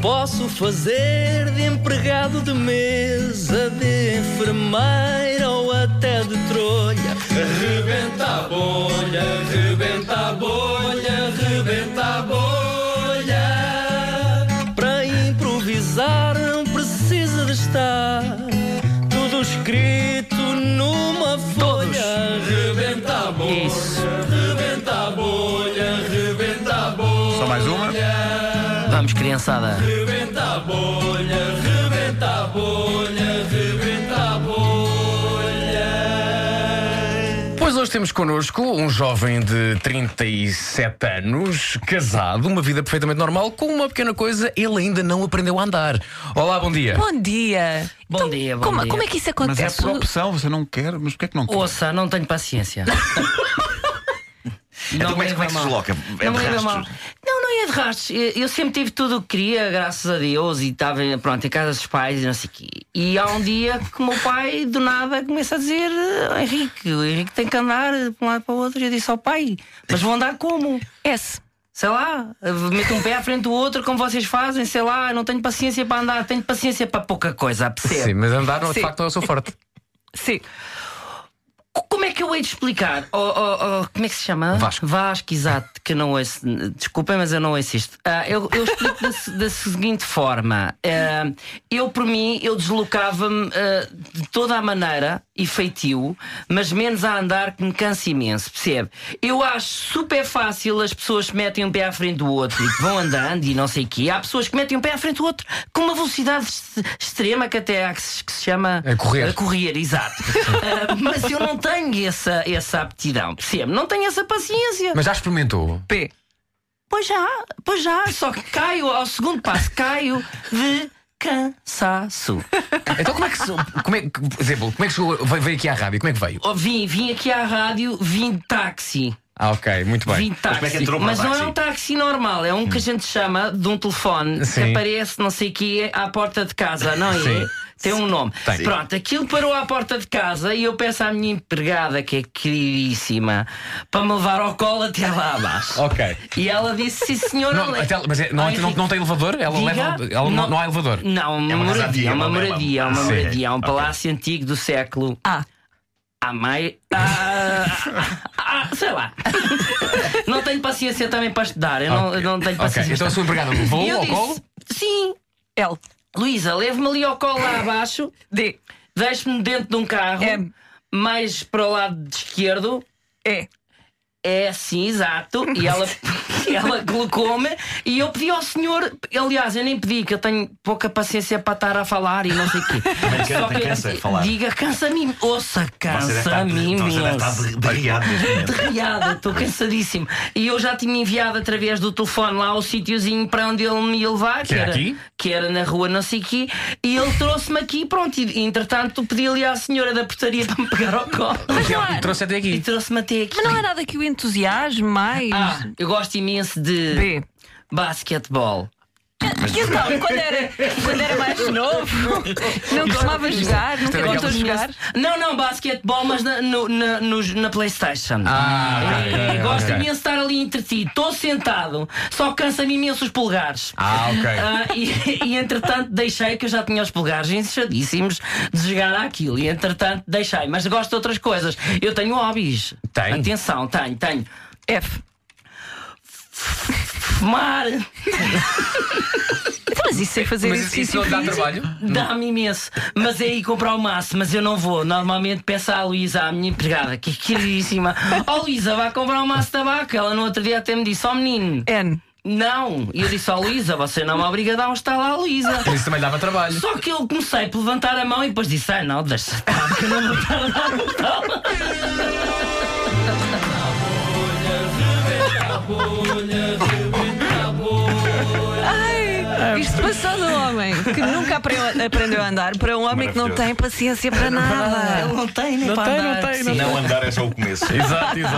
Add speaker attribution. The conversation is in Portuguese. Speaker 1: Posso fazer de empregado de mesa, de enfermeira ou até de trolha.
Speaker 2: Rebenta a bolha, rebenta a bolha, rebenta a bolha.
Speaker 1: Para improvisar não precisa de estar tudo escrito numa folha.
Speaker 2: Rebenta a bolha, rebenta a bolha, rebenta a bolha.
Speaker 3: Só mais uma?
Speaker 4: Vamos, criançada.
Speaker 2: Rebenta a bolha, rebenta a bolha, rebenta a bolha.
Speaker 4: Pois hoje temos connosco um jovem de 37 anos, casado, uma vida perfeitamente normal, com uma pequena coisa, ele ainda não aprendeu a andar. Olá, bom dia.
Speaker 5: Bom dia.
Speaker 4: Bom dia, bom
Speaker 5: como,
Speaker 4: dia.
Speaker 5: como é que isso
Speaker 3: Mas
Speaker 5: acontece?
Speaker 3: é por opção, você não quer, mas porquê é que não quer?
Speaker 4: Ouça, não tenho paciência.
Speaker 6: Então, como é,
Speaker 4: leva
Speaker 6: como é que se
Speaker 4: mal.
Speaker 6: desloca? É
Speaker 4: não
Speaker 6: de
Speaker 4: é
Speaker 6: rastros?
Speaker 4: mal. Não, não é de rastros. Eu- Eu sempre tive tudo o que queria, graças a Deus, e estava pronto, em casa dos pais e não sei o quê. E há um dia que o meu pai, do nada, começa a dizer: "Ah, Henrique, o Henrique tem que andar de um lado para o outro. E eu disse ao pai: Mas vou andar como?
Speaker 5: S.
Speaker 4: Sei lá, meto um pé à frente do outro, como vocês fazem, sei lá, não tenho paciência para andar, tenho paciência para pouca coisa, percebe?
Speaker 7: Sim, mas andar não, de
Speaker 5: Sim.
Speaker 7: facto não é o seu forte.
Speaker 5: Sim.
Speaker 4: Co- Como é que eu hei de explicar? Oh, oh, oh, como é que se chama?
Speaker 7: Vasco.
Speaker 4: Vasco, exato, que eu não ouço. Desculpem, mas eu não ouço isto. Ah, eu, eu explico da, se- da seguinte forma: Ah, eu, por mim, eu deslocava-me ah, de toda a maneira e feitio, mas menos a andar que me cansa imenso, percebe? Eu acho super fácil as pessoas que metem um pé à frente do outro e que vão andando e não sei o quê. Há pessoas que metem um pé à frente do outro com uma velocidade ex- extrema que até há que se, que se chama.
Speaker 7: A É correr.
Speaker 4: A correr, exato. Ah, mas eu não tenho essa, essa aptidão, percebe? Não tenho essa paciência.
Speaker 7: Mas já experimentou?
Speaker 5: P.
Speaker 4: Pois já, pois já. Só que caio ao segundo passo, caio de cansaço.
Speaker 7: Então como é que se. Como é, que- por exemplo, como é que chegou, veio, veio aqui à rádio? Como é que veio?
Speaker 4: Oh, vim, vim aqui à rádio, vim de táxi.
Speaker 7: Ah, ok, muito bem.
Speaker 4: Vim de táxi.
Speaker 6: como é que entrou para
Speaker 4: Mas
Speaker 6: o
Speaker 4: não é
Speaker 6: táxi?
Speaker 4: um táxi normal, é um que a gente chama de um telefone que
Speaker 7: Hum. Sim.
Speaker 4: aparece, não sei o que, à porta de casa, não é?
Speaker 7: Sim.
Speaker 4: Tem um nome.
Speaker 7: Tem.
Speaker 4: Pronto, aquilo parou à porta de casa e eu peço à minha empregada, que é queridíssima, para me levar ao colo até lá abaixo.
Speaker 7: Ok.
Speaker 4: E ela disse, sim senhor,
Speaker 7: um- Não,
Speaker 4: le-
Speaker 7: até- mas é- não,
Speaker 4: Ah,
Speaker 7: não,
Speaker 4: Henrique,
Speaker 7: não tem elevador? Ela
Speaker 4: diga.
Speaker 7: leva. Ela não, não há elevador.
Speaker 4: Não,
Speaker 6: É uma casa
Speaker 4: moradia,
Speaker 6: antiga,
Speaker 4: é uma
Speaker 6: uma-
Speaker 4: moradia, é uma
Speaker 6: Ah, sim.
Speaker 4: moradia, é um
Speaker 6: Ok.
Speaker 4: palácio antigo do século.
Speaker 5: A.
Speaker 4: Há mais. Ah, ah, ah, sei lá. Não tenho paciência também para estudar. Eu não, eu não tenho
Speaker 7: Ok,
Speaker 4: paciência.
Speaker 7: então a sua empregada levou
Speaker 4: E eu
Speaker 7: ao
Speaker 4: disse,
Speaker 7: colo?
Speaker 4: Sim,
Speaker 5: L.
Speaker 4: Luísa, leve-me ali ao colo lá abaixo,
Speaker 5: D.
Speaker 4: deixe-me dentro de um carro,
Speaker 5: M.
Speaker 4: mais para o lado de esquerdo.
Speaker 5: E.
Speaker 4: É, sim, exato. E ela, e ela colocou-me e eu pedi ao senhor. Aliás, eu nem pedi, que eu tenho pouca paciência para estar a falar e não sei o quê.
Speaker 6: Mas canta, cansa de falar.
Speaker 4: Diga, cansa-me, ouça,
Speaker 6: Você deve estar-
Speaker 4: cansa-me
Speaker 6: Você deve estar
Speaker 4: imenso.
Speaker 6: derriado neste momento.
Speaker 4: Derriada, estou cansadíssimo. E eu já tinha enviado através do telefone lá ao sítiozinho para onde ele me ia levar, que,
Speaker 7: era
Speaker 4: era,
Speaker 7: aqui?
Speaker 4: que era na rua não sei quê, e ele trouxe-me aqui, pronto. E entretanto pedi ali à senhora da portaria para me pegar ao colo.
Speaker 7: Porque ela me trouxe até
Speaker 4: E
Speaker 7: aqui.
Speaker 4: trouxe-me até aqui.
Speaker 5: Mas não é nada que o entusiasme mais.
Speaker 4: Ah, eu gosto imenso de
Speaker 5: B.
Speaker 4: basquetebol.
Speaker 5: E então, quando era, quando era mais novo, não costumava jogar, nunca
Speaker 4: é
Speaker 7: era
Speaker 5: gostou de jogar.
Speaker 4: Não, não, basquetebol, mas na, no- na, nos- na PlayStation.
Speaker 7: Ah,
Speaker 4: É,
Speaker 7: ok, ok,
Speaker 4: gosto
Speaker 7: ok.
Speaker 4: imenso de estar ali entretido. Estou sentado, só cansa-me imenso os polegares.
Speaker 7: Ah, ok.
Speaker 4: Ah, e, e, entretanto deixei que eu já tinha os polegares inchadíssimos de jogar àquilo. E entretanto deixei, mas gosto de outras coisas. Eu tenho hobbies.
Speaker 7: Tem?
Speaker 4: Atenção, tenho, tenho.
Speaker 5: F.
Speaker 4: Fumar
Speaker 5: Então, mas isso sem fazer
Speaker 7: Mas isso,
Speaker 5: exercício
Speaker 7: não dá
Speaker 5: físico.
Speaker 7: trabalho?
Speaker 4: dá-me imenso. Mas é aí comprar o maço, mas eu não vou. Normalmente peço à Luísa, à minha empregada, que é queridíssima. Ó Luísa, vá comprar um maço de tabaco. Ela no outro dia até me disse, ó menino.
Speaker 5: N.
Speaker 4: Não, e eu disse à Luísa, você não me obriga a dar um estalo à Luísa.
Speaker 7: Mas isso também dava trabalho.
Speaker 4: Só que eu comecei por levantar a mão e depois disse: Ah, não, deixa estar, que eu não vou estar a dar um estalo."
Speaker 5: Ai, isto passou do homem que nunca apre- aprendeu a andar para um homem que não
Speaker 6: Maravilhoso.
Speaker 5: tem paciência para nada.
Speaker 4: Ele não tem, nem para andar. Sim.
Speaker 6: Não andar é só o começo.
Speaker 7: Exato, exato.